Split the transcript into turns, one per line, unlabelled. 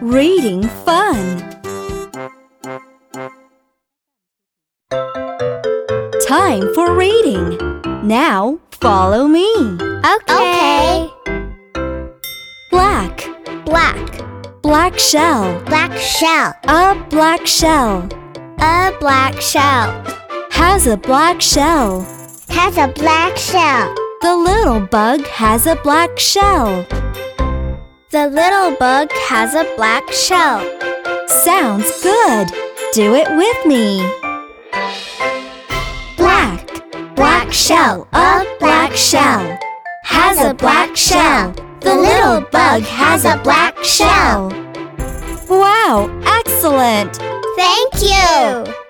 Reading Fun. Time for reading. Now follow me.
Okay.
Black,
Black.
black shell,
Black shell.
a black shell,
A black shell.
has a black shell.
Has a black shell.
The little bug has a black shell.
The little bug has a black shell.
Sounds good. Do it with me. Black, black shell, a black shell. Has a black shell. The little bug has a black shell. Wow, excellent.
Thank you.